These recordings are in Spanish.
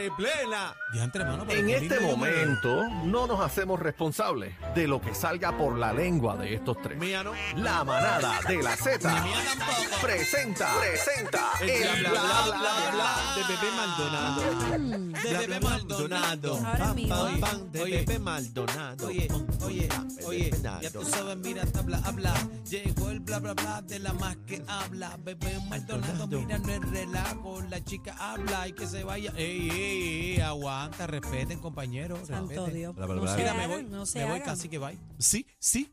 en plena. Diantre, hermano, pero En qué este lindo número. momento no nos hacemos responsables de lo que salga por la lengua de estos tres. Mía no. La manada de la Z Mía tampoco. presenta, presenta el bla bla bla bla. bla. de Pepe Maldonado. De Pepe Maldonado. Ahora Pam, mismo. pam, pam, de Oye. Pepe Maldonado. Oye, Pam, pam, oye, pam, de oye, Pepe ya tú Maldonado. sabes, mira, esta habla, habla. Llegó el bla, bla, bla de la más que habla. Bebé Maldonado, mira, no es relajo. La chica habla y que se vaya. Ey, ey, ey, aguanta, respeten, compañeros. Santo respeten. Dios. La No verdad. se Mira, me hagan, voy, no se me voy hagan. casi que bye. Sí, sí.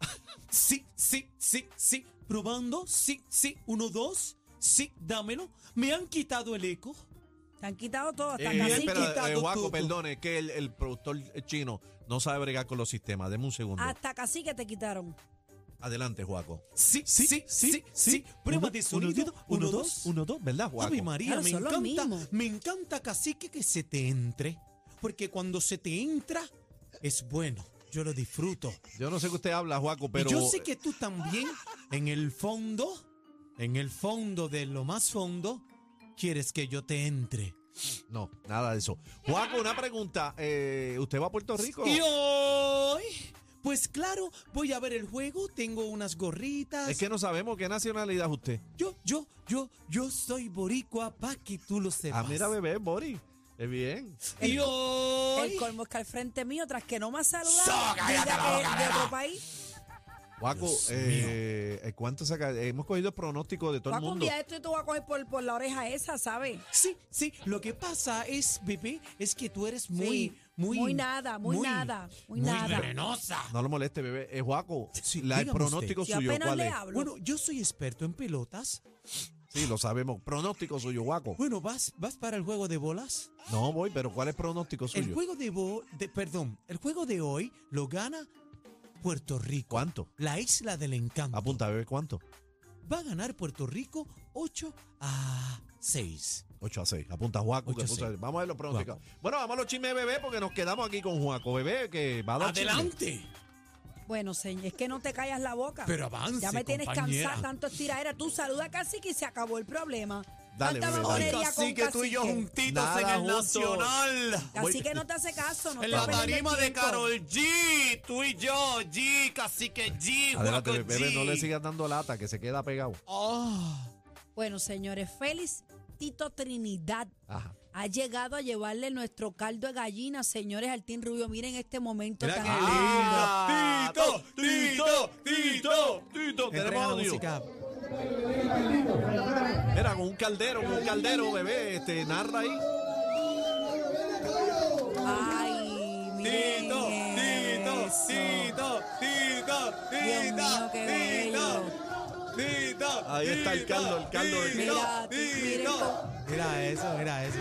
Sí, sí, sí, sí. Probando, sí, sí. Uno, dos, sí, dámelo. Me han quitado el eco. Te han quitado todo, hasta Eh, Bien, cacique. espera, quitando eh, Guaco, todo. perdone, que el, el productor chino no sabe bregar con los sistemas. Deme un segundo. Ah. Hasta cacique te quitaron. Adelante, Juaco. Sí, sí, sí, sí, sí. Prueba de sonido. Uno, dos. uno, dos, ¿verdad, Juaco? Ave María, Claro, me son los encanta, mismos. me encanta cacique que se te entre, porque cuando se te entra es bueno, yo lo disfruto. Yo no sé qué usted habla, Juaco, pero. y yo sé que tú también, en el fondo, en el fondo de lo más fondo, quieres que yo te entre. No, nada de eso. Juaco, una pregunta. eh, ¿Usted va a Puerto Rico? Y hoy, pues claro, voy a ver el juego, tengo unas gorritas. Es que no sabemos qué nacionalidad es usted. Yo, yo, yo, yo soy boricua, pa' que tú lo Ah, sepas. mira, bebé, Boris. Es bien. Y El hoy... colmo es que al frente mío, tras que no me ha saludado, So, cállate diga la boca, que de nena. otro país, Juaco, Dios eh, eh, ¿cuánto saca? Hemos cogido pronósticos de todo va a el mundo. cambiar esto y tú vas a coger por, por la oreja esa, ¿sabes? Sí, sí, lo que pasa es, bebé, es que tú eres muy, Sí, muy... muy nada, muy nada, muy nada. venenosa. No lo moleste, bebé. Eh, Juaco, Sí, la- el dígame pronóstico Si suyo, apenas ¿cuál le es? hablo. Bueno, yo soy experto en pelotas. Sí, lo sabemos. Pronóstico suyo, Juaco. Bueno, ¿vas, vas para el juego de bolas? No voy, pero ¿cuál es pronóstico El suyo? juego de, bo de... Perdón, el juego de hoy lo gana Puerto Rico, ¿Cuánto? la isla del encanto. Apunta, bebé, ¿cuánto? Va a ganar Puerto Rico 8 a 6. 8 a 6. Apunta Juaco. que Ocho a puso- seis. Vamos a ver los pronósticos. Bueno, vamos a los chismes, bebé, porque nos quedamos aquí con Juaco, bebé, que va a dar chismes. Bueno, señor, es que no te callas la boca. Pero avance, Ya me tienes compañera. cansada, tanto estiradera. Tú saluda a cacique y se acabó el problema. Dale, Tanta bebé, dale. babonería con Así que tú y yo cacique. juntitos Nada en el juntos. Nacional. Cacique no te hace caso, no En te la va a perder tarima de tiempo. Carol G, tú y yo, G, cacique G, Adelante, Juaco bebé, bebé, G. no le sigas dando lata, que se queda pegado. Ah, Bueno, señores, Félix Tito Trinidad Ajá. ha llegado a llevarle nuestro caldo de gallina, señores, al Team Rubio. Miren este momento Mira tan qué lindo. lindo. Tito, Tito, Tito, Tito. Tenemos audio. Era con un caldero, con un caldero, bebé, este, narra ahí. Ay, miren Tito, Tito, eso. Tito, Tito, Dios mío, Tito, qué Tito. bello. Tito, Ahí está el Tito, caldo, el caldo del- Tito, Mira, miren Tito. Mira eso, mira eso.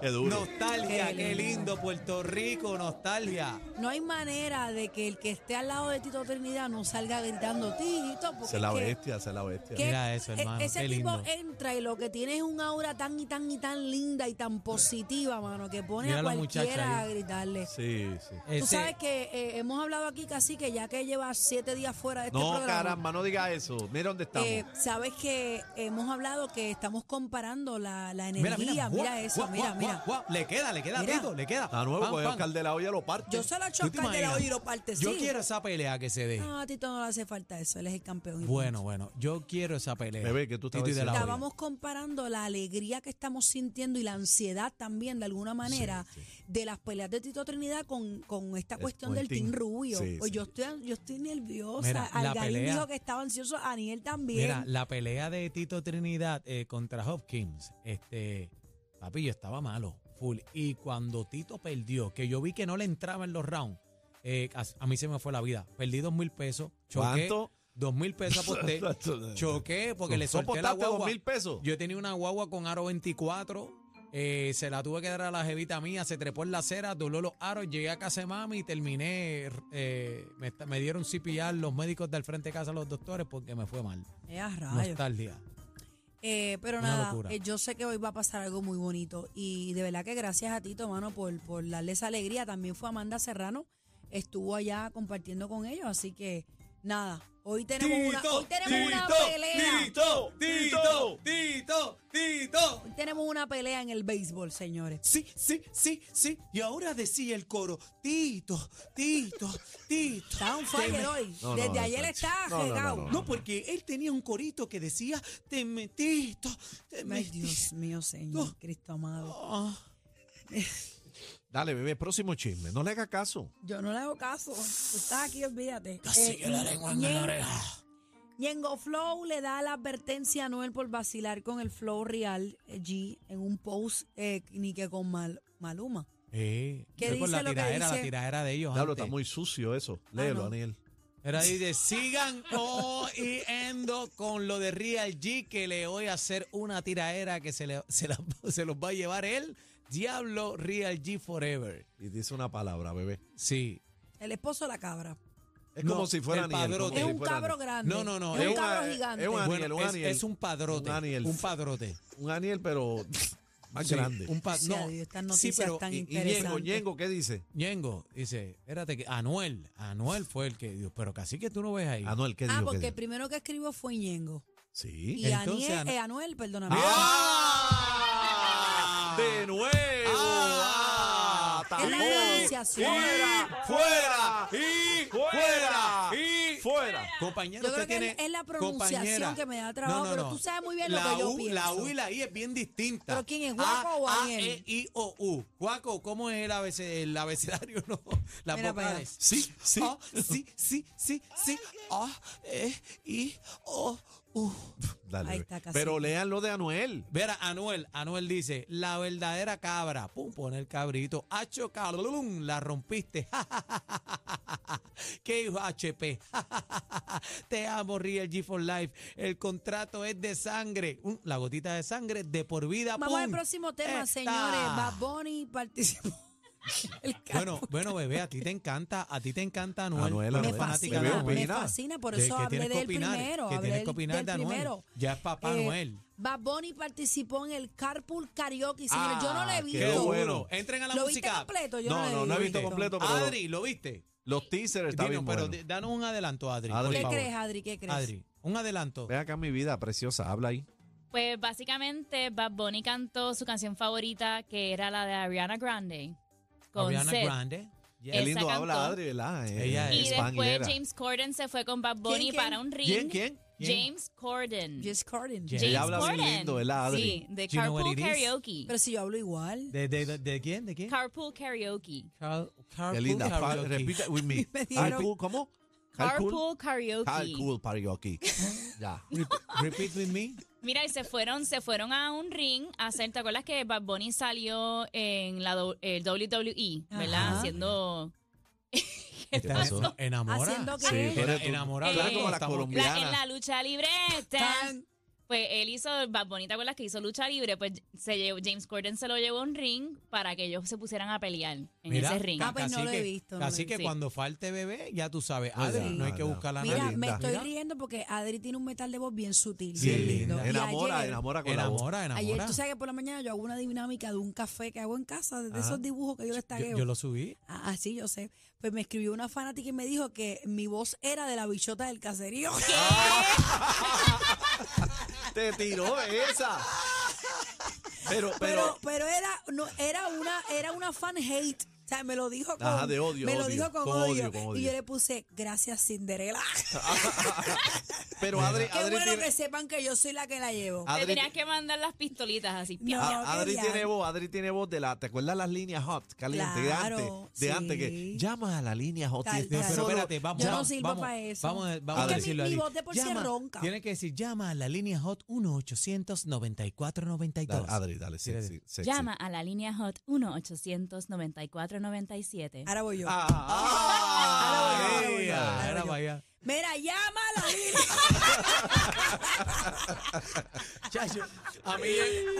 Qué duro. Nostalgia, Qué qué lindo. lindo Puerto Rico, nostalgia. No hay manera de que el que esté al lado de Tito Trinidad no salga gritando Tito. Porque se la es que- bestia, se la bestia. que Mira eso, e- hermano, Ese qué tipo lindo. entra y lo que tiene es un aura tan y tan y tan linda y tan positiva, mano, que pone Mira a a la muchacha cualquiera a ahí. gritarle. Sí, sí. Tú sabes que eh, hemos hablado aquí casi que ya que llevas siete días fuera de este No, programa. caramba, no diga eso. Mira dónde estamos. eh, sabes que hemos hablado que estamos comparando la, la energía, mira, guau, eso, guau, mira, guau, mira. guau, guau. Le queda, le queda, Mira. Tito, le queda. a nuevo, Pam, coge pam. Oscar de la olla y lo parte. Yo solo ¿Tú te chocar de la imaginas? y lo parte, Yo sí. Ah, quiero esa pelea que se dé. No, a Tito no le hace falta eso, él es el campeón. Bueno, bueno, yo quiero esa pelea. Bebé, ¿qué tú estabas Tito y de diciendo? la olla. Estábamos comparando la alegría que estamos sintiendo y la ansiedad también, de alguna manera, de las peleas de Tito Trinidad con, con esta Es cuestión con del el team. Team Rubio. Sí, Pues sí. Yo, estoy, yo estoy nerviosa. Mira, la Algarín pelea- dijo que estaba ansioso, Aniel también. Mira, la pelea de Tito Trinidad eh, contra Hopkins, este, papi, yo estaba malo, full. Y cuando Tito perdió, que yo vi que no le entraba en los rounds, eh, a, a mí se me fue la vida. Perdí dos mil pesos. Choqué, ¿Cuánto? Dos mil pesos aposté. choqué porque le ¿Tú solté la apostaste dos guagua. mil pesos? Yo tenía una guagua con aro 24. eh, se la tuve que dar a la jevita mía, se trepó en la acera, dobló los aros, llegué a casa de mami y terminé. eh, me, esta- me dieron CPR los médicos del frente de casa, los doctores, porque me fue mal. Eh, a rayos. Nostalgia. Eh, pero Una nada, locura. eh, yo sé que hoy va a pasar algo muy bonito y de verdad que gracias a Tito, mano, por, por darle esa alegría. También fue Amanda Serrano, estuvo allá compartiendo con ellos, así que nada, Hoy tenemos una, hoy tenemos una pelea. Tito, Tito, Tito, Tito. Hoy tenemos una pelea en el béisbol, señores. Sí, sí, sí, sí. Y ahora decía el coro, Tito, Tito, Tito. Está un Que fire me- hoy. No, no, Desde no, ayer no, está no, no, regado. no, No, porque él tenía un corito que decía, te metito, te Ay, metí. Dios mío, señor, No. Cristo amado. Ah. Dale, bebé, próximo chisme. No le haga caso. Yo no le hago caso. Tú estás aquí, olvídate. Eh, Ñe- Ñengo Flow le da la advertencia a Noel por vacilar con el Flow Real eh, G en un post eh, ni que con Mal- Maluma. Eh, ¿Qué fue por dice la lo que tiradera, la dice? tiradera de ellos. Diablo, antes. está muy sucio eso. Léelo, Ah, no. Daniel. Era ahí de sigan oyendo con lo de Real G que le voy a hacer una tiraera que se, le, se, la- se los va a llevar él. Diablo Real G Forever. Y dice una palabra, bebé. Sí. El esposo de la cabra. Es No, como si fuera el Aniel. padrote. como Es si un fuera cabro Aniel. grande. No, no, no, Es un es una- cabro es gigante. una- Bueno, Aniel, un es, Aniel. es un padrote. Un Aniel. Un padrote. Un Aniel, pero más Sí, grande. Un pa- Sí, no, adiós, estas sí, noticias pero- tan y- y interesantes. Ñengo, Ñengo, ¿qué dice? Ñengo dice, espérate, que Anuel, Anuel fue el que dijo, pero casi que tú no ves ahí. Anuel, ¿qué Ah, dijo? ¿Qué porque el dijo? primero que escribió fue Ñengo. Sí. Y Entonces, Aniel, Ana- eh, Anuel, perdóname. ¡Ah! ¡De nuevo! ¡Ah! Es la ¡Tapón! pronunciación. ¡Fuera! ¡Y fuera! ¡Y fuera! Compañero, Yo creo usted que tiene. es- es la pronunciación compañera. que me da trabajo, pero tú sabes muy bien lo La que yo U, pienso. La U y la I es bien distinta. ¿Pero quién es, Guaco A, o A, Aniel? E, I, O, U. Guaco, ¿cómo es el, abece- el abecedario? No, las Mira para allá. vocales. Sí, sí. Ah, sí, sí, sí, sí. A, E, I, O, U. Dale, Ahí bebé. está, casi. pero lean lo de Anuel. Verá, Anuel, Anuel dice, la verdadera cabra, pum, pone el cabrito, hacho calum, la rompiste, qué hijo HP, te amo Real G for Life, el contrato es de sangre, Uh, la gotita de sangre de por vida, Vamos al pum. próximo tema, Esta. señores. Bad Bunny participó. El Bueno, campo. bueno, bebé, a ti te encanta, a ti te encanta Anuel, Anuel, tú eres me Anuel, fanática fascina, de bebé, Anuel. me opina. fascina, por ¿De eso qué hablé tienes que del opinar? primero. ¿Qué hablé tienes del- que opinar del de Anuel? primero. Eh, Ya es papá Anuel. Bad Bunny participó en el Carpool Karaoke, señores. yo no le he Ah, qué visto. bueno. Entren a la ¿Lo viste música. completo? Yo No, no, le no, no he visto ¿Viste? completo, pero- Adri, ¿lo viste? Los teasers están Dino, bien pero buenos. di- danos un adelanto, Adri. Adri. por ¿Qué favor. crees, Adri? ¿Qué crees? Adri, un adelanto. Ve acá mi vida preciosa, habla ahí. Pues básicamente Bad Bunny cantó su canción favorita, que era la de Ariana Grande. Con Ariana Seth. Grande. Qué Esa Yes. lindo habla cantó. Adri, ¿verdad? Eh, Ella Y es después españolera. James Corden se fue con Bad Bunny ¿Quién, quién? para un ring. ¿Quién, quién? ¿Quién? James Corden. Just Corden. Yes. James Ella habla bien Corden. lindo, ¿verdad, Adri? Sí, de Do you know what Carpool it is? Karaoke. Pero si yo hablo igual. ¿De, de, de, de quién? ¿De quién? Carpool Karaoke. Carl- Carpool Qué linda. Pa- Karaoke. Repita with me. Me dieron- Carpool, ¿Cómo? Carpool Karaoke. Carpool Karaoke. Ya. Rep- Repeat with me. Mira, y se fueron, se fueron a un ring a hacer, ¿te acuerdas que Bad Bunny salió en la do- el WWE, ¿verdad? Ajá. Haciendo ¿Qué Estás pasó? enamorada. Haciendo que- Sí, tú eres- tú- enamorada. tú eres Estamos- como la estamos- colombiana. la- Diana. en la lucha libre. tan. Tan. Pues él hizo, Bad Bunny, ¿te acuerdas que hizo lucha libre? Pues se llevó- James Corden se lo llevó a un ring para que ellos se pusieran a pelear en Mira, ese ring. Ah, pues no lo he cacique, visto, no lo he cacique, visto. cuando falte bebé, ya tú sabes. No, Adri, Pues ya, no hay no, que no. buscar a Mira, nadie. me estoy Mira, riendo porque Adri tiene un metal de voz bien sutil. Sí, bien lindo. linda. Y Enamora, ayer- enamora con la voz. Enamora, enamora. Ayer tú sabes que por la mañana yo hago una dinámica de un café que hago en casa, de esos dibujos que yo les yo, tagueo. yo lo subí. Ah, ah, sí, yo sé. Pues me escribió una fanática y me dijo que mi voz era de la bichota del caserío. Ah, Te tiró esa. Pero, pero. Pero, pero era, no, era una, era una fan hate. O sea, me lo dijo con Ajá, de odio, Me lo odio, dijo con, con odio, odio, con odio. Y yo le puse, gracias Cinderela. Pero Adri, Qué Adri bueno tiene. Ah, que sepan que yo soy la que la llevo. Adri- Te tenías que mandar las pistolitas así. pues, No, ¡piau! A- Adri qué tiene diablo. voz, Adri tiene voz de la, ¿te acuerdas las líneas hot caliente Claro, de antes? De sí. antes que llamas a la línea hot. Tal, y No, estás tal. pero solo- espérate, vamos. Yo no vamos, sirvo vamos, pa' eso. Vamos, a- Es vamos que a mi- decirlo mi ahí. voz de por sí es Llama, ronca. Tiene que decir, llama a la línea Hot 1-800-9492. Dale, Adri, dale, sí, Tírate. sí, Ah, sí, Llama a la línea Hot 1-800-9497. Ahora voy yo. Ah, ah, Ahora voy yo, ahora voy yo, ella. ahora voy yo. Era para allá. Mira, llama a la Chacho, a mí,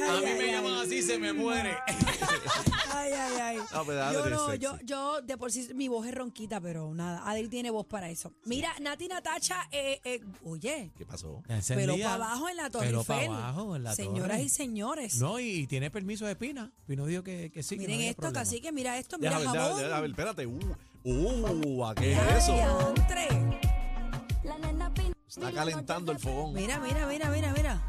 a mí ay, me ay. llaman así, se me muere. Ay, ay, ay. No, pero Adri yo es no, sexy. yo, yo de por sí mi voz es ronquita, pero nada, Adri tiene voz para eso. Mira, Nati Natacha, eh, eh, oye, ¿Qué pasó? pero para abajo en la Torre Pero para Eiffel. abajo en la Señoras torre. y señores. No, y tiene permiso de Espina. Pino dijo que, que sí. que no Miren había esto, problema. cacique, mira esto, mira Déjame, jabón. déjame, déjame, espérate. Uh, uh, ¿a ¿qué es Ay, eso? diantre. La nena pi Está calentando el fogón. Mira, mira, mira, mira, mira.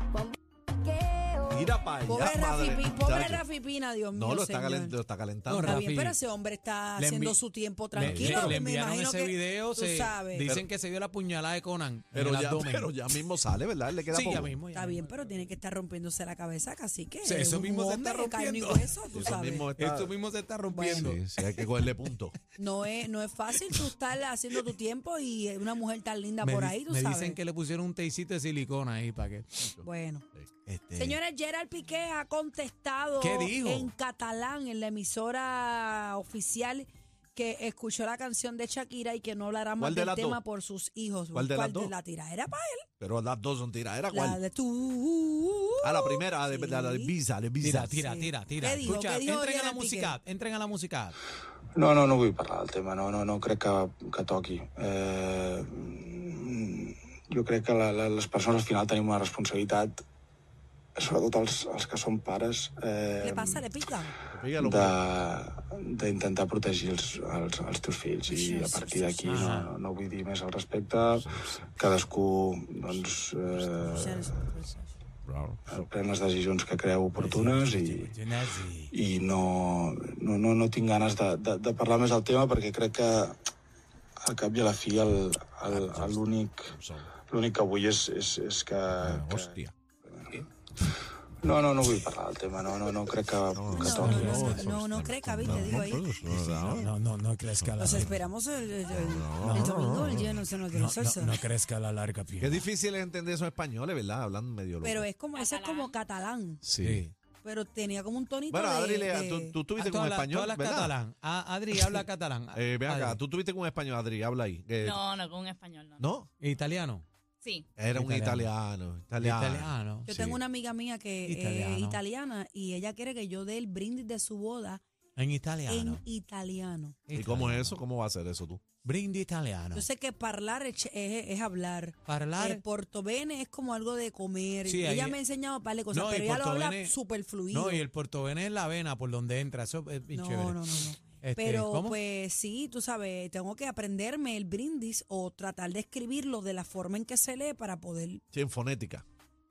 Mira para Pobre, allá, Rafi, madre. Pi- pobre Chacho. Rafi Pina, Dios mío. No, lo está, señor. calen- lo está calentando. No, Está Rafi. bien, pero ese hombre está Le haciendo envi- su Eh, tiempo Le- tranquilo. le, me enviaron imagino ese que video, tú se- sabes. dicen que se vio la puñalada de Conan pero, en el ya, abdomen. pero ya mismo sale, ¿verdad? Le queda sí, poco. ya mismo. ya Está mismo. bien, pero tiene que estar rompiéndose la cabeza, casi que. Sí, eso es un mismo se está hombre de carne y rompiendo. hueso, tú Eso sabes. mismo está- Esto mismo se está rompiendo. Sí, sí, hay que cogerle punto. No es, no es fácil tú estar haciendo tu tiempo y una mujer tan linda Me, por di- ahí, tú me sabes. dicen que le pusieron un teicito de silicona ahí para que. Bueno. este, Señores, Gerald Piqué ha contestado ¿Qué dijo? en catalán en la emisora oficial que escuchó la canción de Shakira y que no hablará ¿Cuál más de del las tema dos? por sus hijos. ¿Cuál de las dos? la tiradera para él? Pero las dos son tiraderas, La ¿cuál? de tú. A la primera, de, la de Sí. Visa, de Visa. Tira, tira, Sí. tira, tira. ¿Qué dijo? Escucha, ¿Qué dijo entren a la Gerard Piqué? música, entren a la música. No, no, no vull parlar del tema, no, no, no crec que, que toqui. Eh, mm, jo crec que la, la, les persones al final tenim una responsabilitat, sobretot els, els que són pares, eh, ¿Qué pasa? ¿Le pica? Pégalo, de- d'intentar protegir els, els, els teus fills. I a partir d'aquí no, Ah. no, no vull dir més al respecte. Cadascú doncs, eh, pren les decisions que creu oportunes i, Genasi. i no, no, no, no tinc ganes de, de, de parlar més del tema perquè crec que al cap i a la fi el- el- el- l'únic l'únic que vull és, és, és que, Ah, que... Hostia. No, no, no vull parlar del tema, no, no, no crec que, que No, no, toqui. no, no, no, no creca, ¿viste? Digo ahí. No, no, no, no crezca la Nos esperamos el, el- el- el domingo, el día de no sé, no, de no, la salsa. no, no crezca la larga Qué pierna. difícil es entender esos españoles, ¿verdad? Hablando medio loco. Pero es como, eso es como catalán. Sí. Pero tenía como un tonito bueno, de... Adri, le- de- tú, tú Ah, estuviste tú con un hablas- tú español, hablas ¿verdad? catalán. Ah, Adri habla catalán. Eh, ve acá, Adri. tú tuviste con un español, Adri, habla ahí. Eh, No, no, con un español, no. ¿No? Italiano. Sí. Era un italiano, italiano. Italiano. Yo Sí. tengo una amiga mía que Italiano. es italiana y ella quiere que yo dé el brindis de su boda En en italiano. italiano. ¿Y cómo es eso? ¿Cómo va a ser eso tú? Brindi italiano. Yo sé que hablar es, es- es hablar. Eh, Ah. Parlar. portobene es como algo de comer. Sí, ella ahí- me ha enseñado para de cosas, No, y pero ella lo habla portobene- súper fluido. No, y el portovene es la vena por donde entra. Eso es bien no, chévere. no, no, no. Este, pero ¿cómo? pues sí, tú sabes, tengo que aprenderme el brindis o tratar de escribirlo de la forma en que se lee para poder... Sí, en fonética.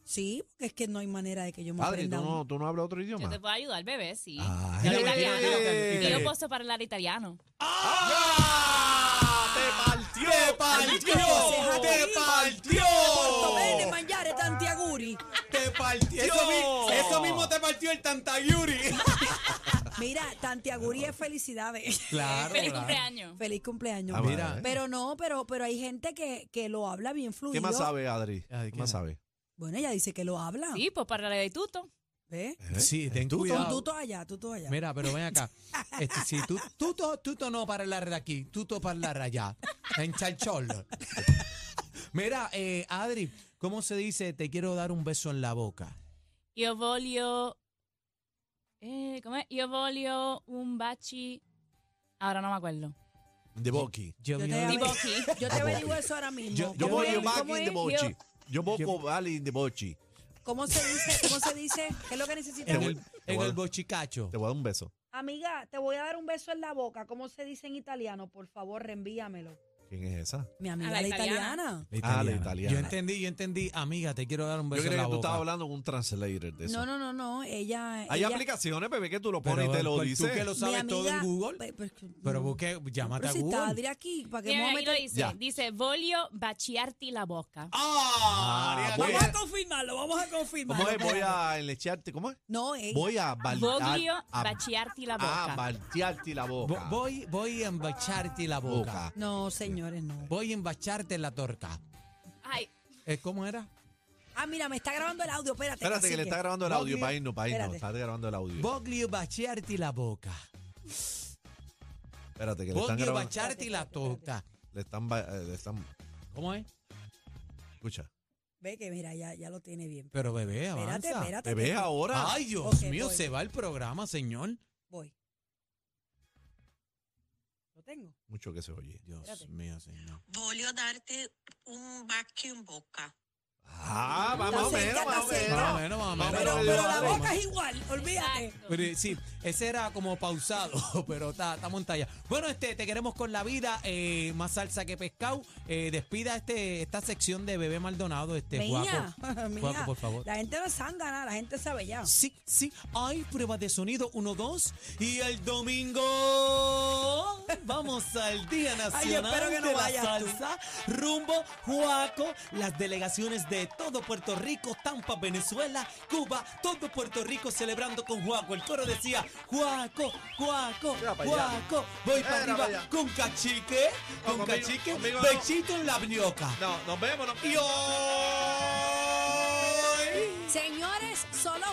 Sí, porque es que no hay manera de que yo me Adri, ¿tú aprenda. un- no, tú no hablas otro Yo idioma? te puedo ayudar, bebé, sí. Ah. Yo hablo Eh. italiano. Eh. Yo puedo hablar italiano. ¡Ah! ¡Te partió! ¡Te partió! ¡Te partió! Portobene, mangiare, tantiaguri. ¡Te partió! Eso mi- eso mismo te partió el Tantayuri. Mira, Tantiaguri es felicidades. claro. Feliz claro. cumpleaños. Feliz cumpleaños. Ah, Mira. vale. Pero no, pero, pero hay gente que, que lo habla bien fluido. ¿Qué más sabe, Adri? Ay, ¿Qué ¿qué más más? sabe? Bueno, ella dice que lo habla. Sí, pues para de tuto. ¿Ves? Sí, ten Tuto, Tú, cuidado. tú, tú allá, tú, tú allá. Mira, pero ven acá. Este, si tú, tuto, tuto no parlar de aquí, tuto parlar allá. En chalchol. Mira, eh, Adri, ¿cómo se dice te quiero dar un beso en la boca? Yo voglio. Eh, ¿Cómo es? Yo voglio un bachi. Ahora no me acuerdo. De Boki. Yo, Yo yo- te- Di Bocchi. Yo te averiguo eso ahora mismo. Yo- Yo Yo voy voy- a ¿cómo Boki de es? Bochi. Yo- Yo Boco Valley de Bochi. ¿Cómo se dice? ¿Cómo se dice? ¿Qué es lo que necesitas? en voy- el, te voy en a- Ah, el bochicacho. Te voy a dar un beso. Amiga, te voy a dar un beso en la boca. ¿Cómo se dice en italiano? Por favor, reenvíamelo. ¿Quién es esa? Mi amiga la la, italiana. Ah, la italiana. Yo entendí, yo entendí. Amiga, te quiero dar un Yo beso creo en la que tú boca. estabas hablando con un translator de eso. No, no, no, no. Ella. Hay ella- aplicaciones, bebé, que tú lo Pero, pones y te lo ¿cuál- tú dice. que lo mi sabes todo en amiga- Google? Pe- pe- Pero no. busque, llámate Pero a si está Google. Adri aquí, ¿para qué Mira, me ahí lo meter? dice. Ya. Dice, voglio baciarti la boca. Ah, voy Vamos a- a confirmarlo, vamos a confirmarlo. ¿Cómo es? Voy espérate. a enlecharte. ¿Cómo es? No, ella- Voy a baldar. Voglio A, baciarti la a boca. baldearte la Vo- boca. Voy, voy a embacharte la boca. Boca. No, señores, no. Voy a embacharte la torca. Ay, Eh, ¿Cómo era? Ah, mira, me está grabando el audio, espérate. Espérate, que le cacique. está grabando el audio. Voglio- Para irnos, para irnos. Espérate. Está grabando el audio. Voglio baciarti la boca. Espérate, que le están Voglio grabando. baciarti la torta. Le están, ba- eh, le están. ¿Cómo es? Escucha. Ve que mira, ya, ya lo tiene bien. Pero bebé, avanza. Espérate, espérate. ¿Te ves que ahora? Ay, Dios Ok, mío, voy. se va el programa, señor. Voy. Lo tengo. Mucho que se oye. Dios Espérate. mío, señor. Voglio darti un bacio in bocca. Ah, va, más o menos, cerca, más o está menos. cerca. Más o menos, más o Más o menos. Pero, menos, pero más la o menos. boca es igual, olvídate. esatto. Pero, eh, sí, ese era como pausado, pero está, está montaña. Bueno, este, te queremos con la vida, eh, más salsa que pescado. Eh, despida este, esta sección de Bebé Maldonado, este Mira, guapo. mira, Guapo, por favor. la gente no es zángana, la gente sabe ya. Sí, sí, hay pruebas de sonido 1, 2 y el domingo vamos al Día Nacional espero que no de la vayas tú. Salsa, rumbo Huaco, las delegaciones de todo Puerto Rico, Tampa, Venezuela, Cuba, todo Puerto Rico celebrando con Huaco. El coro decía, Huaco, Huaco, Mira pa' allá. Huaco, voy Mira para arriba pa' allá. con cachique, No, con conmigo- cachique, conmigo no. pechito en la brioca. No, nos vemos. nos- Y hoy... Señores, solo